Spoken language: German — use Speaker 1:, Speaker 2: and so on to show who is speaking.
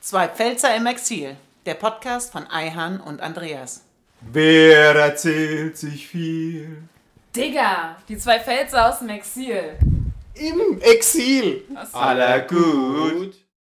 Speaker 1: Zwei Pfälzer im Exil, der Podcast von Eihan und Andreas.
Speaker 2: Wer erzählt sich viel?
Speaker 3: Digga, die zwei Pfälzer aus dem Exil.
Speaker 2: Im Exil. Aller gut.